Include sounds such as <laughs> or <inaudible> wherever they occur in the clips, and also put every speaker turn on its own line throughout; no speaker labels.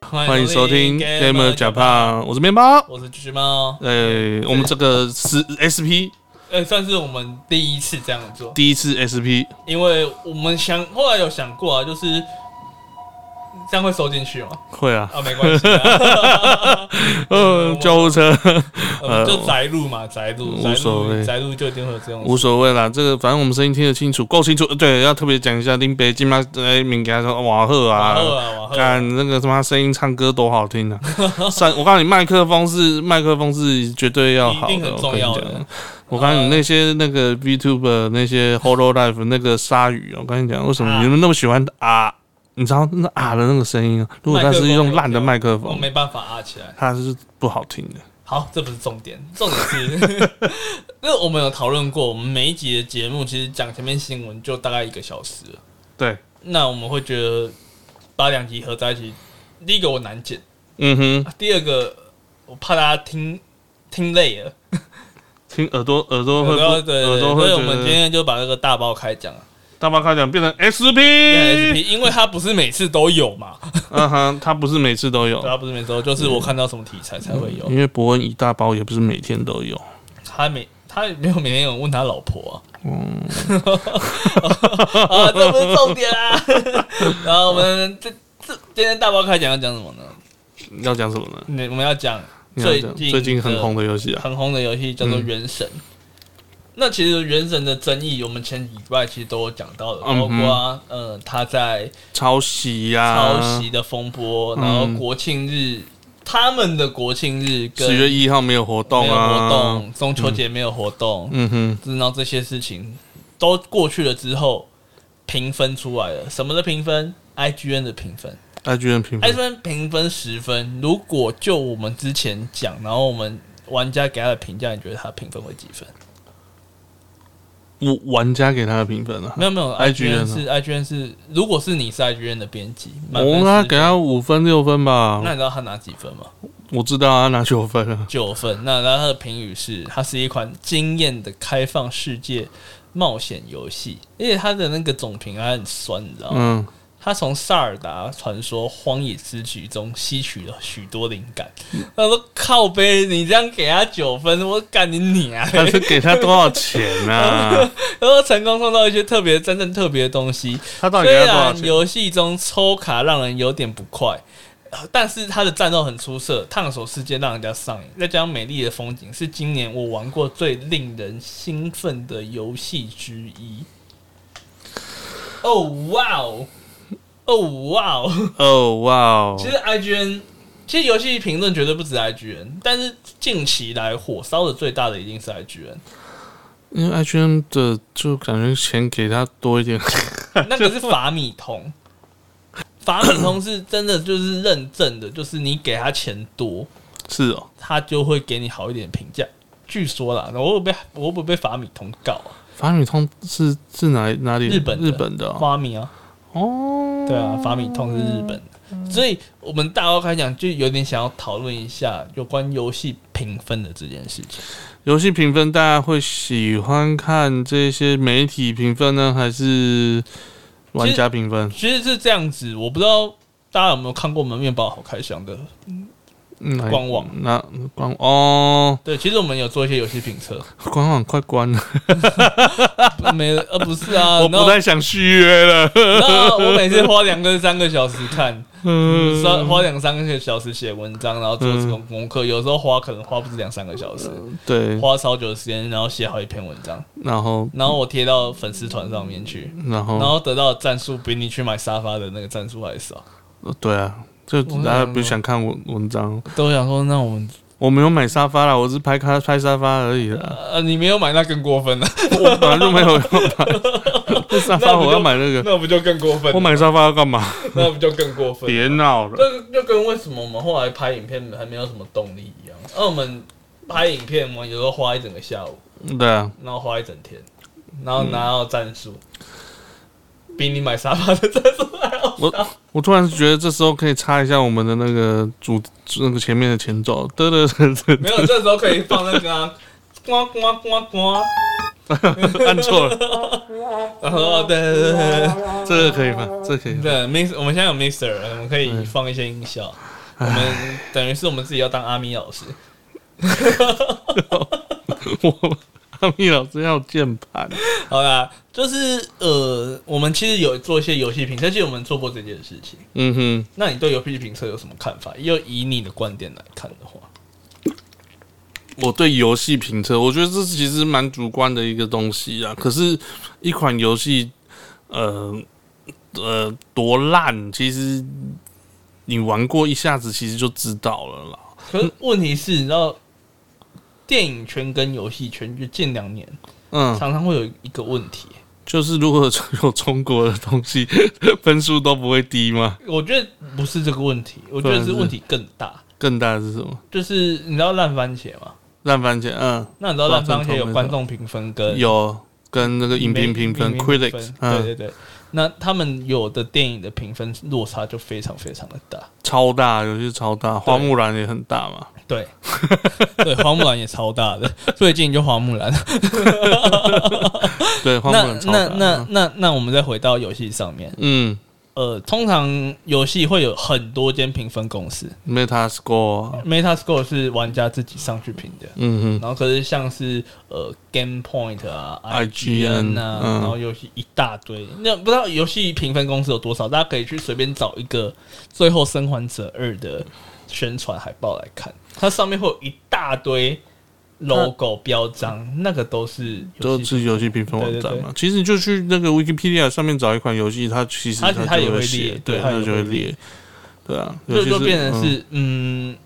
欢
欢迎收听 Gamer 假胖，我是面包。
我是橘猫，
呃，我们这个是 SP
呃，算是我们第一次这样做，
第一次 SP，
因为我们想后来有想过啊，就是这样会收进去吗？
会啊，
啊，没关系
<laughs>
啊，
嗯，救护车
我们就宅路嘛，宅路，宅
呃无所
路，
谓
宅路就一定会有这种
无所谓啦，这个反正我们声音听得清楚，够清楚。呃对，要特别讲一下林北金妈呃，敏感说瓦赫
瓦
啊，
赫啊，瓦赫啊，
看那个他妈声音唱歌多好听啊！上我告诉你，麦克风是麦克风是绝对要好
一定
的，
很
我跟
重
你
要的
讲。我告诉你，那些那个 VTuber 那些 Holo Life 那个鲨鱼，我跟你讲，为什
啊
么你们那么喜欢啊？你知道那啊的那个声音啊？如果他是用烂的麦克
我
风，
没办法啊起来。
它是不好听的。
好，这不是重点，重点是， <laughs> 因为我们有讨论过，我们每一集的节目其实讲前面新闻就大概一个小时了
对，
那我们会觉得把两集合在一起，第一个我难剪，
嗯哼，
第二个我怕大家听听累了，
听耳朵耳朵会
对对
不
对，
耳朵
所
会
以我
觉
们今
得
天就把这个大爆开讲啊
大爆开讲变成
，SP，
SP，
因为它不是每次都有嘛，
<laughs> 嗯哼，它不是每次都有
对，，它不是每次都有，就是我看到什么题材才会有，
因为伯恩一大包也不是每天都有。
他每他没有每天有问他老婆啊。啊，这不是重点啦。然后我们这这今天大包开讲要讲什么呢？
要讲什么呢？
你我们要讲
你要
最
讲
近
最近很
的
红的游戏啊，
很红的游戏叫做《
嗯
原神》。那其实《原神》的争议，我们前几礼拜其实都有讲到的，包
嗯哼
括呃，他在
抄袭啊呀、
抄袭的风波，然后
嗯
国庆日他们的国庆日跟
十月一号没有
没
活动
有
啊，
活动，中秋节没有活动，
嗯哼，
知道这些事情都过去了之后，评分出来了，什么的评分？IGN 的评分
爱居人评分，
，IGN 评分十分。如果就我们之前讲，然后我们玩家给他的评价，你觉得他评分会几分？
我玩家给他的评分啊，
没有没有
IGN
，IGN 是 IGN 是，如果是你是 IGN 的编辑，满分
啊我他
10
给他五分六分吧，
那你知道他拿几分吗？
我知道他拿九分啊，
九分。那然后他的评语是，它是一款惊艳的开放世界冒险游戏，而且它的那个总评还很酸，你知道吗？
嗯
他从《萨尔达传说：荒野之曲》中吸取了许多灵感。他说：“靠背，你这样给他九分，我干你你
<laughs>
啊！”
但是给他多少钱
<laughs>
啊？
他说：“成功创造一些特别、真正特别的东西。
他到底
虽
给他多少
然
钱？
游戏中抽卡让人有点不快，呃但是他的战斗很出色，烫手世界让人家上瘾。再加上美丽的风景，是今年我玩过最令人兴奋的游戏之一。”哦，哇哦！哦，哇哦！
哦哇哦
其，实 IGN，其实游戏评论绝对不止 IGN，但是近期来火烧的最大的一定是 IGN，
因为爱居人的就感觉钱给他多一点， <laughs>
那个是法米通。法米通是真的就是认证的，就是你给他钱多，
是哦，
他就会给你好一点的评价。据说啦，我会不会被我会不会被法米通告啊？
法女通是是哪哪里？
日本的
日本的哦，
花米啊，
哦
对啊，法米通是日本的，所以我们大概开讲就有点想要讨论一下有关游戏评分的这件事情。
游戏评分，大家会喜欢看这些媒体评分呢，还是玩家评分？
其实是这样子，我不知道大家有没有看过我们面包好开箱的？
嗯，来
官网
那官哦，
对，其实我们有做一些游戏评
<laughs>
测，
官网快关了，
不没呃不是啊，
我
然
不
后
太想续约
<laughs>
了。
然后我每次花两个三个小时看，三花两三个小时写文章，然后做这种功课，有时候花可能花不止两三个小时，
对，
花超久的时间，然后写好一篇文章，
然后
然后我贴到粉丝团上面去，
然
然
后
后得到的赞数比你去买沙发的那个赞数还少，
对啊，就
我
大家不想看文文章，
都想说那我们
我没有买沙发啦，我是拍咖拍沙发而已啦， <laughs>
呃你没有买那更过分 <laughs> 了，
我本来就没有要买
<laughs>
那沙
那
发，
不就
我要买那个，
那不就啊更过分了？
我买沙发要干嘛？
那不就更过分？
别闹了，
这就跟为什么我们后来拍影片还没有什么动力一样。那我们拍影片，我们有时候花一整个下午，
对啊，
然后花一整天，然后拿到战术，比你买沙发的战术还好。
我我突然觉得这时候可以插一下我们的那个主那个前面的前奏，得得得 <laughs> 得，
没有，这时候可以放那个啊，呱呱呱呱，
按错了，
然后对对对对
这个可以吗？这个可以
对
吗。
对，mix，我们现在有 mixer，我们可以放一些音效。我们等于是我们自己要当阿咪老师， <laughs>
我阿米老师要键盘，
好啦，就是呃，我们其实有做一些游戏评测，其实我们做过这件事情。
嗯哼，
那你对游戏评测有什么看法？又以你的观点来看的话，
我对游戏评测，我觉得这其实蛮主观的一个东西啊。可是，一款游戏，呃呃，多烂，其实你玩过一下子，其实就知道了啦。
可是问题是，你知道电影圈跟游戏圈就近两年
嗯，
常常会有一个问题，
就是如果 <laughs> 有中国的东西，分数都不会低吗？
我觉得不是这个问题，我觉得是问题更大，
更大的是什么？
就是你知道烂番茄吗？
烂番茄，嗯，
那你知道烂番茄有观众评分跟
有跟那个影评评分
影评评
critics，
对
嗯，
对对，那他们有的电影的评分落差就非常非常的大，
超大，有些超大，花木兰也很大嘛。 <laughs>
对，对，花木兰也超大的，最近就花木兰。
对，花木
那
兰超
那
大。
那那那，我们再回到游戏上面，
嗯
呃，通常游戏会有很多间评分公司
，Metascore，
，Metascore 是玩家自己上去评的。
嗯
然后可是像是呃 Game Point 啊、
IGN
啊，
嗯
然后游戏一大堆，那不知道游戏评分公司有多少，大家可以去随便找一个《最后生还者二》的宣传海报来看，它上面会有一大堆 logo 标章，那个都是
哼，都
游戏，
是游戏评分网站
对对
嘛。其实你就去那个 Wikipedia 上面找一款游戏，它其实
它其实它
就
也会
会
列
写，
对
对，
它
它
也
就
会
会
列
列。对啊，尤
就
其
就变成
嗯
是嗯，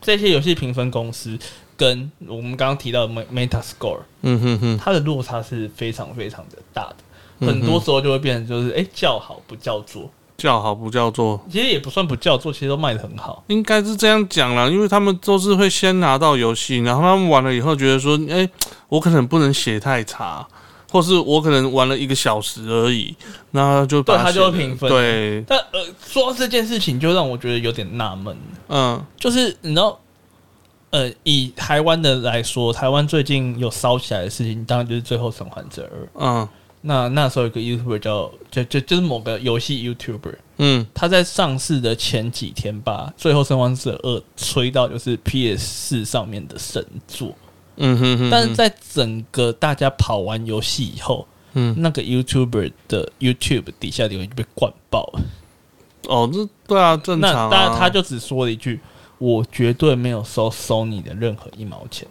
这些游戏评分公司跟我们刚刚提到的 Metascore。
嗯哼哼，
它的落差是非常非常的大的，
嗯哼
很多时候就会变成就是哎、诶叫好不叫座，
叫好不叫座，
其实也不算不叫座，其实都卖的很好。
应该是这样讲啦，因为他们都是会先拿到游戏，然后他们玩了以后觉得说，哎、我可能不能写太差，或是我可能玩了一个小时而已，那就把
对他
写
就
得
会评分
对，
但呃，说到这件事情，就让我觉得有点纳闷，
嗯
就是你知道，呃，以台湾的来说，台湾最近有烧起来的事情，当然就是《最后生还者二》。
嗯
那那时候有个 YouTuber 叫就就就是某个游戏 YouTuber，
嗯，
他在上市的前几天把《最后生还者二》吹到就是 PS 四上面的神作。
嗯哼哼，
但是在整个大家跑完游戏以后，
嗯
那个 YouTuber 的 YouTube 底下留言就被灌爆了。
哦，这对啊，正
那
常、啊。
当然，他就只说了一句：“我绝对没有收 Sony 的任何一毛钱。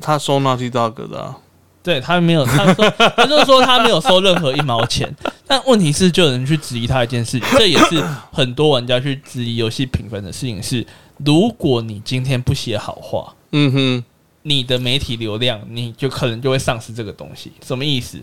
他收 Naughty Dog 的啊、
对”他没有，他
<laughs>
说他就说他没有收任何一毛钱。但问题是，就有人去质疑他一件事情，这也是很多玩家去质疑游戏评分的事情是：如果你今天不写好话，
嗯哼，
你的媒体流量，你就可能就会丧失这个东西。什么意思？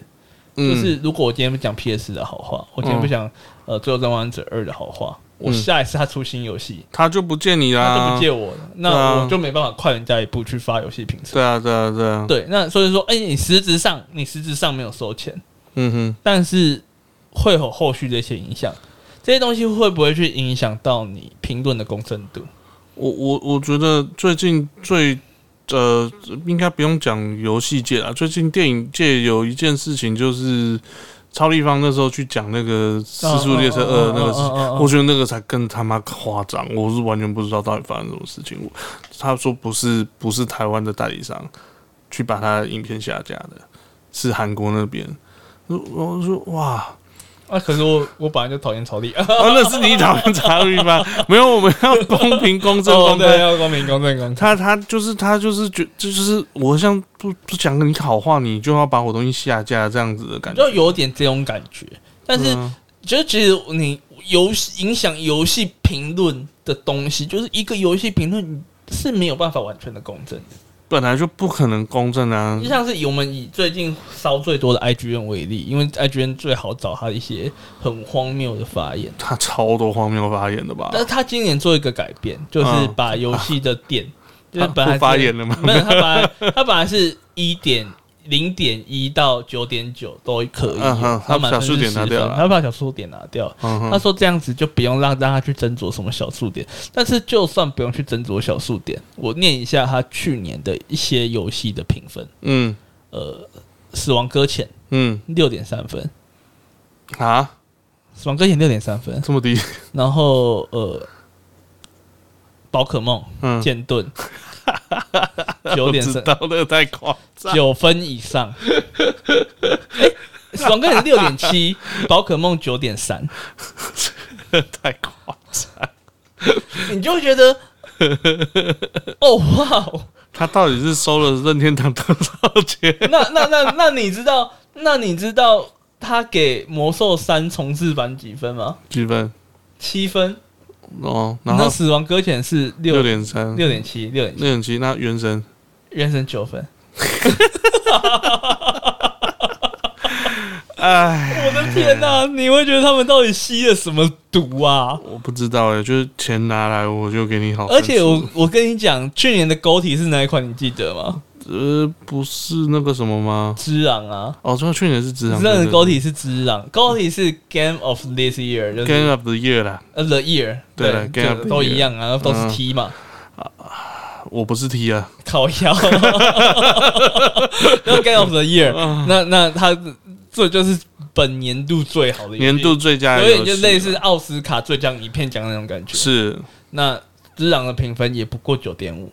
嗯
就是如果我今天不讲 PS 的好话，我今天不讲、呃《最后生还者二》的好话，我
嗯
下一次他出新游戏，
他就不见你啦，
他就不借我了，
对
那
啊
我就没办法快人家一步去发游戏评测。
对啊，对啊，对啊，
对，那所以说，哎、你实质上你实质上没有收钱，
嗯哼，
但是会有后续的一些影响。这些东西会不会去影响到你评论的公正度？
我我我觉得最近最呃，应该不用讲游戏界啦，最近电影界有一件事情就是。超立方那时候去讲那个《私速列车
嗯哦
二》那个事情，我
个，
觉得那个才更他妈夸张，我是完全不知道到底发生什么事情。我他说不是不是台湾的代理商去把他的影片下架的，是韩国那边。我我说哇，啊，
啊，可是我我本来就讨厌啊曹丽，
那是你讨厌查理吧？没有，我们要公平公正
哦
公
对，
开。
要公平公正公正。
他他就是他就是觉这就是我像不不讲跟你好话，你就要把我东西下架这样子的感觉。
就有点这种感觉。但是，
嗯
就其实你游戏影响游戏评论的东西，就是一个游戏评论是没有办法完全的公正的。
本来就不可能公正啊
就，像是以我们以最近烧最多的 IGN 为例，因为 IGN 最好找他一些很荒谬的发言。
他超多荒谬发言的吧
但？是他今年做一个改变，就是
嗯
把游戏的
<laughs>
点，就是
他
本来
不
是
发言
<laughs>
了吗？
没有，他本来他本来是一点零点一到九点九都可以有，
嗯哼
他满分
他把小数
是
点
十
拿
分，
掉了
他把小数点拿掉。
嗯哼
他说这样子就不用让让他去斟酌什么小数点，但是就算不用去斟酌小数点，我念一下他去年的一些游戏的评分，
嗯
呃，《死亡搁浅》
嗯
六点三分，《
啊，
死亡搁浅》六点三分，
这么低？
然后呃，《宝可梦、
嗯
剑
<laughs>
盾，九点
我知
三
道那个太夸张，
九分以上。
<laughs>
哎，爽哥你六点七，宝可梦九点三，
太夸张。
你就会觉 <laughs> 得，哦哇哦，
他到底是收了任天堂多少钱？
那那那那你知道，那你知道他给魔兽三重置版几分吗？
几分？
七分。
哦，然
那
后
死亡搁浅是
六
六
点三，
六点七，六点七，
六点七，那原神
原神九分。
<laughs> 哎，
我的天哪、你会觉得他们到底吸了什么毒啊？
我不知道哎，就是钱拿来我就给你好分数。
而且我我跟你讲，去年的狗体是哪一款？你记得吗？
呃不是那个什么吗？
之昂啊，
哦，这去年是职场
真的狗体是之昂，狗体是 Game of This Year，就是
Game of the Year 啦，
呃 The Year，
对
对，
Game of
就
the
都
Year
一样啊，都是
嗯
T 嘛，
我不是 T 啊，
烤腰， <laughs> 然后 Game of the Year，那
嗯
那它这就是本年度最好的游戏
年度最佳
有
游戏
点就类似奥斯卡最佳影片奖那种感觉。
啊是
那之朗的评分也不过九点五，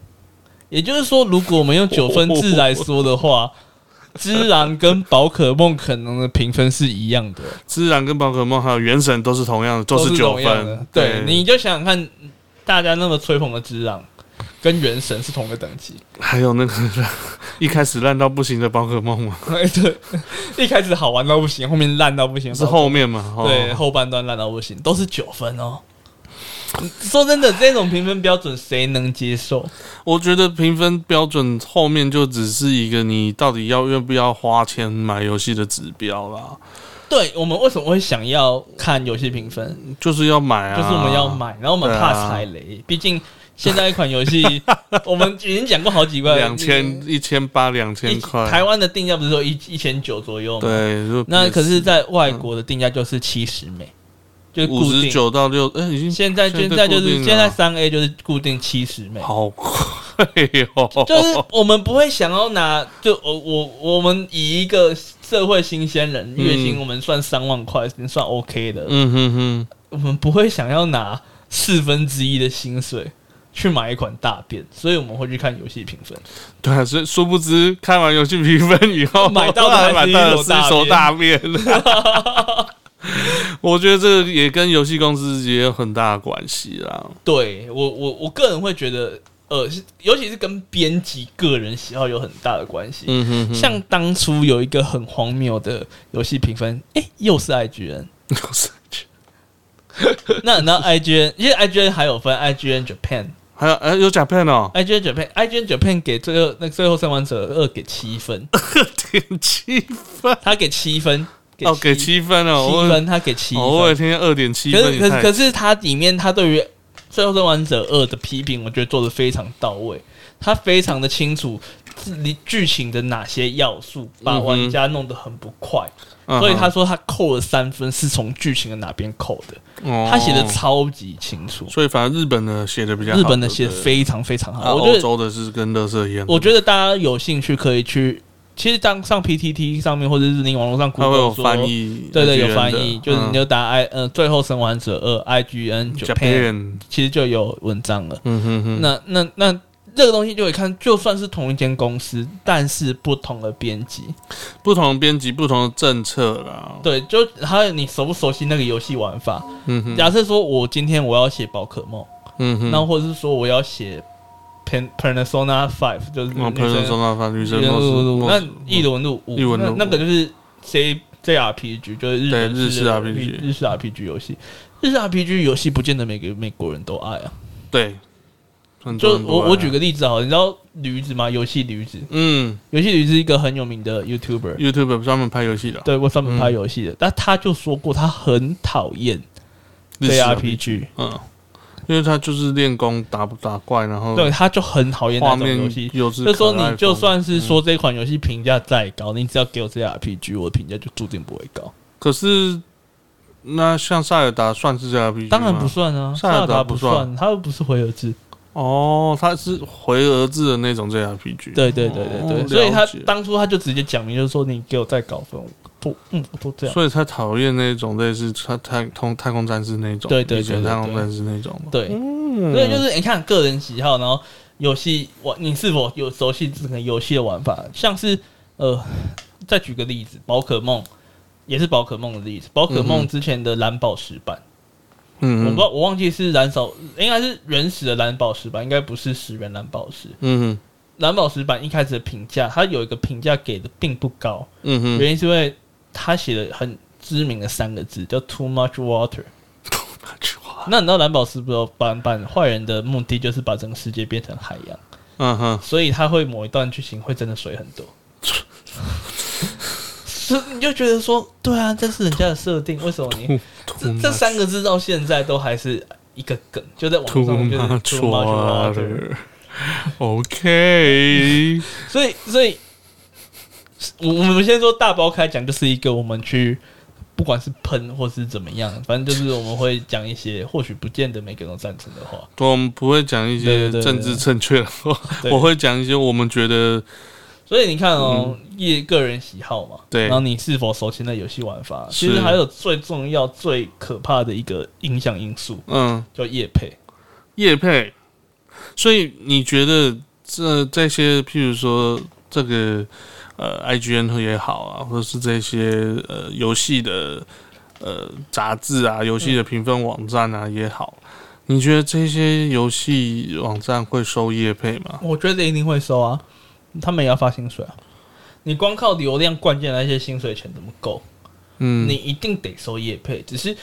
也就是说，如果我们用九分制来说的
<laughs>
话，之朗跟宝可梦可能的评分是一样的，
自然跟宝可梦还有原神都是同样的，都是九
同样的
分。
对，你就想想看，大家那么吹捧的之朗跟原神是同个等级， <laughs>
还有那个 <laughs> 一开始烂到不行的宝可梦嘛，
哎，对，一开始好玩到不行，后面烂到不行，
是后面嘛？哦
对，后半段烂到不行，都是九分哦。嗯说真的，这种评分标准谁能接受？
我觉得评分标准后面就只是一个你到底要愿不要花钱买游戏的指标啦，
对我们为什么会想要看游戏评分？
就是要买啊，
就是我们要买，然后我们
对啊
怕踩雷，毕竟现在一款游
<laughs>
戏，我们已经讲过好几块，
两千一千八两
一
千块，
台湾的定价不是说一一千九左右吗？
对，就
那可是在外国的定价就是七十美，就是固
五十
定。
九到六，哎，已经
现在现
现
在
在
就
固定
是
了
现在三 A 就是固定七十美，
好贵哦，
就是我们不会想要拿，就我我我们以一个社会新鲜人月薪，
嗯
我们算三万块已经算 OK 的，
嗯哼哼，
我们不会想要拿四分之一的薪水去买一款大便，所以我们会去看游戏评分。
对啊，所以殊不知看完游戏评分以后，
买到的还是
买
一
到
坨
的是
大
一手
便
大便。我觉得这个也跟游戏公司也有很大的关系啦。
对我我我个人会觉得，呃，是尤其是跟编辑个人喜好有很大的关系。
嗯哼哼，
像当初有一个很荒谬的游戏评分，诶，又是 IGN。那那 IGN，因为 IGN 还有分 IGN Japan、
还有哎，有甲片哦，
IGN Japan、IGN Japan 给最后那最后生还者二给七分，
点七分
他给七分，
哦，给七分哦，
七分，他给七
我偶尔
分。
听见二点七
可
分
是
也
可是
太，
可是他里面他对于《最后生还者二》的批评，我觉得做的非常到位，他非常的清楚自己剧情的哪些要素把
嗯哼
玩家弄得很不快，
嗯哼
所以他说他扣了三分是从剧情的哪边扣的，
哦
他写的超级清楚。
所以反正日本的写的比较好，
日本的写得
对不对
非常非常
啊
好，我觉
欧
得
洲的是跟乐色一样，
我觉得大家有兴趣可以去，其实当上 PTT 上面或者是你网络上
它会有
Google 说
翻译，
对对，
日语
有
的
翻译，就是你就打 i 呃，最后生还者二 IGN
嗯
Japan，
Japan，
其实就有文章了。
嗯哼哼，
那那那这个东西就可以看，就算是同一间公司，但是不同的编辑，
不同编辑不同的政策啦，
对，就还有你熟不熟悉那个游戏玩法。
嗯哼，
假设说我今天我要写宝可梦，
嗯哼，
那或者是说我要写 Pen Persona Five，就是
我
女
哦朋友
生
中到翻女生
异闻
莫斯
录录
莫
那
斯
异闻录五，
异闻录五
那那个就是 J JRPG，就是日本
对日式 RPG
日式 RPG 游戏。日式 RPG 游戏不见得每个美国人都爱啊。
对，很多啊
就
人不
我
爱
我举个例子好了，你知道驴子吗？游戏驴子，
嗯
游戏驴子是一个很有名的 YouTuber，
，YouTube 专门拍游戏的
对我专门拍游戏的，但他就说过他很讨厌
日式
JRPG，
嗯，因为他就是练功打不打怪，然后
对，他就很讨厌那
画
种
面
游戏。
又是
就说
可爱
你就
风
算
嗯
是说这款游戏评价再高，你只要给我 JRPG，我的评价就注定不会高。
可是那像塞尔达算是 RPG
当然不
是
算啊，
塞
塞
尔达
尔达
不
不
算
算，它又不是回合制。
哦，它是回合制的那种 JRPG，
对对对对对，
哦
所以他
了解
当初他就直接讲明，就是说你给我再搞分，我不，嗯，我都这样。
所以他讨厌那种类似他太空太空战士那种，
对对对
以前
对
太空
对
战士那种嘛。
对，
嗯，
所以就是你看个人喜好，然后游戏玩你是否有熟悉这个游戏的玩法，像是呃，再举个例子，宝可梦也是宝可梦的例子，宝可
嗯
梦
哼
之前的蓝宝石版，我不
嗯
知道我忘记是蓝少，应该是原始的蓝宝石版，应该不是十元蓝宝石。
嗯
蓝宝石版一开始的评价，它有一个评价给的并不高，
嗯 <laughs> 哼，
原因是因为它写了很知名的三个字叫 “too much water”。那你知道蓝宝石版版坏人的目的就是把整个世界变成海洋，
嗯哼，
所以他会某一段剧情会真的水很多。所以你就觉得说，对啊，这是人家的设定，为什么你这这三个字到现在都还是一个梗，就在网
吐
上就是
马
too much water。
啊 OK，
所以，所以，我我们先说大包开讲，就是一个我们去不管是喷或是怎么样，反正就是我们会讲一些或许不见得每个人都赞成的话。
我们不会讲一些
对对对对
政治正确的话，
对
我会讲一些我们觉得
所以你看哦，业个人喜好嘛，
嗯对
然后你是否熟悉那游戏玩法，
是
其实还有最重要、最可怕的一个影响因素，
嗯，
叫业配。
叶配。所以你觉得这这些，譬如说这个呃，IGN 也好啊，或者是这些呃游戏的呃杂志啊，游戏的评分网站啊也好，你觉得这些游戏网站会收叶配吗？
我觉得一定会收啊，他们也要发薪水啊。你光靠流量灌进来一些薪水钱怎么够？
嗯，
你一定得收业配。只是，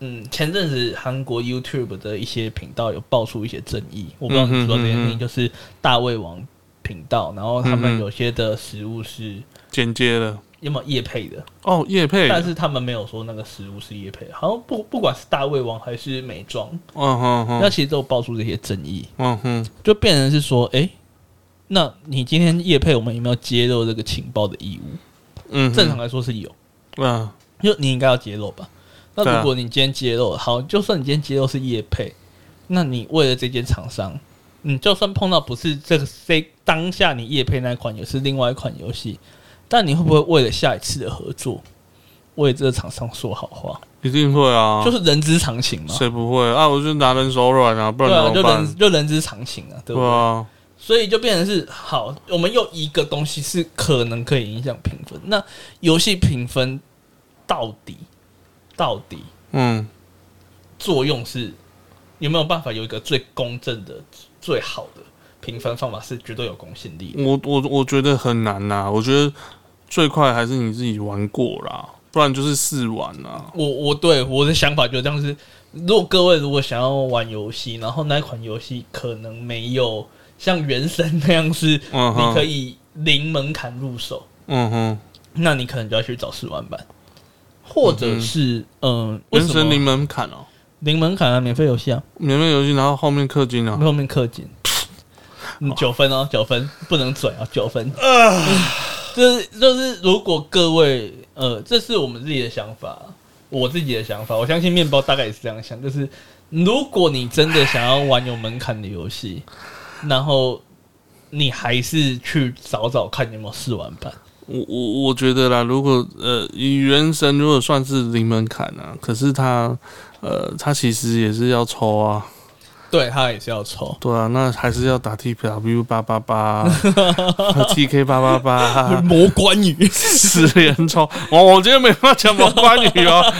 嗯，前阵子韩国 YouTube 的一些频道有爆出一些争议，我不知道你知不知道这件事
嗯哼嗯哼
情，就是大胃王频道，然后他
嗯
们
哼
有些的食物是
间接的
要么业配的，
哦，叶配，
但是他们没有说那个食物是业配，好像不不管是大胃王还是美妆，
嗯哼
那
哼，
其实都有爆出这些争议，
嗯哼，
就变成是说，诶，那你今天业配，我们有没有揭露这个情报的义务？
嗯哼，
正常来说是有。
嗯
就你应该要揭露吧。那
对啊
如果你今天揭露，好，就算你今天揭露是业配，那你为了这间厂商，你就算碰到不是这个这当下你业配那一款，也是另外一款游戏，但你会不会为了下一次的合作，为这个厂商说好话？
一定会啊，
就是人之常情嘛。
谁不会啊？我就拿人手软啊，不
对啊，
然
就
怎么办？
人就人之常情啊，对不
对
对？
啊，
所以就变成是好，我们又一个东西是可能可以影响评分。那游戏评分到底到底
嗯
作用是有没有办法有一个最公正的、最好的评分方法，是绝对有公信力的。
我我我觉得很难呐、我觉得最快还是你自己玩过啦，不然就是试玩啊啦。
我我对我的想法就这样是，如果各位如果想要玩游戏，然后那一款游戏可能没有像《原神》那样是
嗯
你可
哼，
以零门槛入手，
嗯哼，
那你可能就要去找试玩版，或者是嗯，为
原
什
神
么
零门槛哦、
零门槛啊，免费游戏啊，
免费游戏，然后后面氪金啊，
后面氪
<laughs>
金，嗯九分哦，九分不能嘴啊，九分。这就是如果各位呃，这是我们自己的想法，我自己的想法，我相信面包大概也是这样想，就是如果你真的想要玩有门槛的游戏，然后你还是去找找看有没有试玩版。
我我我觉得啦，如果呃，以原神如果算是零门槛啊，可是它呃，它其实也是要抽啊。
对他也是要
<laughs>
抽，
对啊，那还是要打 T P W 八八八，T K 八八啊八，
魔关羽。
十连抽。我我今天没办法讲魔关羽
<laughs>
哦，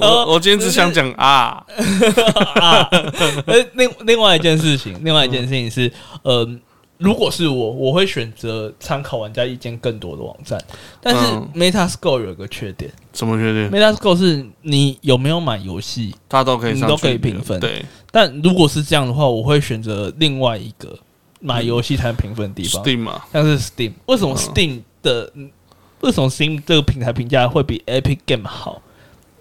我我今天只想讲啊，
<laughs> 啊，呃，另另外一件事情，另外一件事情是，嗯，如果是我，我会选择参考玩家意见更多的网站。但是
嗯
Metascore 有个缺点
怎么决定？
，Metascore 是你有没有买游戏，
大家都可以上
你
去
都可以评分
对，
但如果是这样的话，我会选择另外一个买游戏才评分的地方，
Steam 啊嘛，
像是 Steam。为什么
嗯
Steam 的、为什么 Steam 这个平台评价会比 Epic Game 好？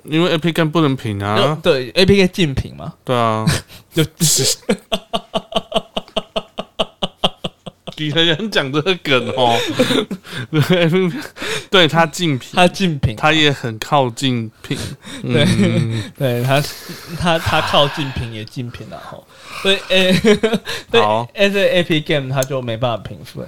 因为 Epic Game 不能评
就 <laughs>
啊，
对，Epic Game 竞品嘛，
对啊， <laughs>
就
底下人讲这个梗哦， <laughs> 对对他竞品，
它竞品，
他也很靠近品，
对
嗯，
<laughs> 对他，他
<laughs>
他靠近评也竞评了哈，所以诶，对
好，
诶，这 A P Game 他就没办法评分，所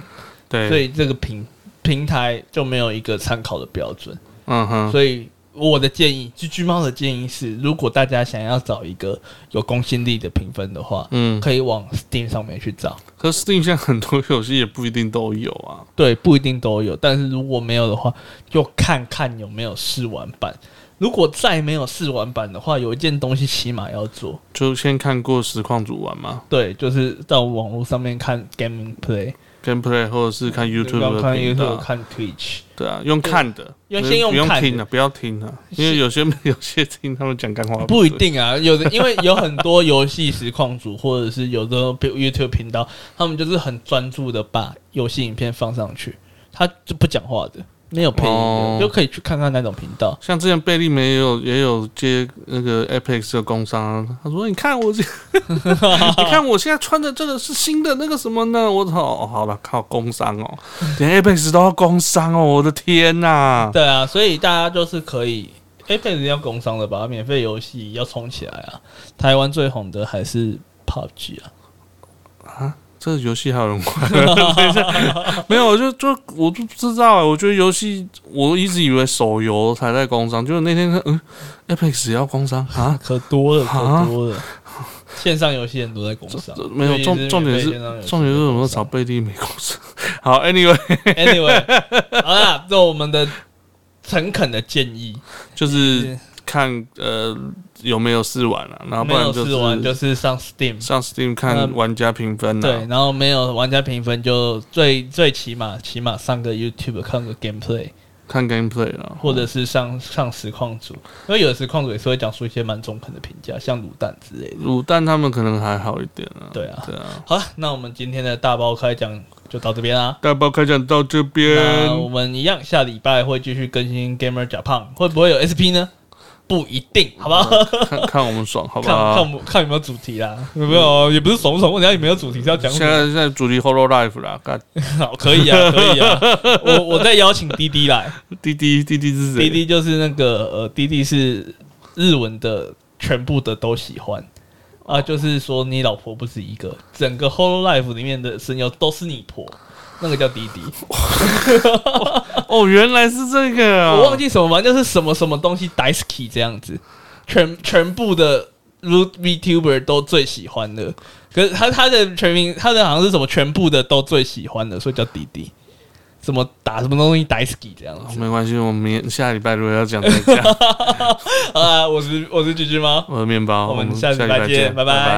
对，
以这个平平台就没有一个参考的标准，
嗯哼，
所以我的建议，居居猫的建议是，如果大家想要找一个有公信力的评分的话，
嗯，
可以往 Steam 上面去找。
可是 Steam 现在很多游戏也不一定都有啊。
对，不一定都有，但是如果没有的话，就看看有没有试玩版。如果再没有试玩版的话，有一件东西起码要做，
就先看过实况组玩嘛
对，就是到网络上面看 Gaming Play，
，gameplay 或者是看 YouTube
要
的
看
频
YouTube
道，
看 Twitch，
对啊，用看的，
用先用
不用
看的
听的，不要听啊，因为有些 <laughs> 有些听他们讲干话
不一
对
定啊，有 <laughs> 的因为有很多游戏实况组或者是有的 YouTube 频道，他们就是很专注的把游戏影片放上去，他就不讲话的，没有配音的，
哦
就可以去看看那种频道。
像之前贝利梅也有也有接那个 Apex 的工商啊，他说：“你看我这， <laughs> 你看我现在穿的这个是新的那个什么呢？我操、哦好了，靠工
<laughs>
商哦，连 Apex 都要工商哦，我的天呐、
对啊，所以大家就是可以。a p e x 要工商的吧，免费游戏要冲起来啊！台湾最红的还是 PUBG 啊，
这个游戏还有人玩？ <laughs> 等一下没有，我就就我就不知道啊。我觉得游戏，我一直以为手游才在工商，就是那天看，嗯，Apex 也要工商啊，
可多了，可
啊
多了。线上游戏很多在工商
这，没有
尤其
重重点是
免费线上游戏
呃重点是
在
怎
工
么
商
找贝利梅公司？好，Anyway，
<laughs> Anyway，好啦，这我们的诚恳的建议，
就是看呃有没有试玩啊，然后
没
不然
有
就是
试玩就是上 Steam，
上 Steam 看
嗯
玩家评分
对，
啊。
然后没有玩家评分就最最起码起码上个 YouTube 看个
嗯
Gameplay，
看 gameplay 啊啦，
或者是上上实况组，因为有的实况组也是会讲出一些蛮中肯的评价，像卤蛋之类的。
卤蛋他们可能还好一点啊。
对啊，
对啊，
好了，那我们今天的大包开讲就到这边啦。
大包开讲到这边
那，我们一样，下礼拜会继续更新 Gamer 假胖，会不会有 SP 呢？不一定，好不好？
看看我们爽，嗯好不
<laughs> 看看我
好？
们看有没有主题啦，有没有？也不是爽不爽，问题要有没有主题是要讲什
现
么？
在现在主题 Holo Life 啦，干
好， <laughs> 可以啊，可以啊。我我再邀请滴滴来，
滴滴滴滴是谁？
滴滴就是那个呃，滴滴是日文的，全部的都喜欢啊，就是说你老婆不是一个，整个 Whole Life 里面的声优都是你婆，那个叫滴滴，
哦，原来是这个啊，
我忘记什么，反正就是什么什么东西 Daisky 这样子，全全部的 Root VTuber 都最喜欢的。可是他他的全名，他的好像是什么全部的都最喜欢的，所以叫弟弟。什么打什么东西 Daisky 这样
哦
子
没关系，我们明下礼拜如果要讲再讲。
<laughs> 啊？我是我是橘橘猫，
我的面包，
我们下
下
礼拜
礼拜
见拜拜
拜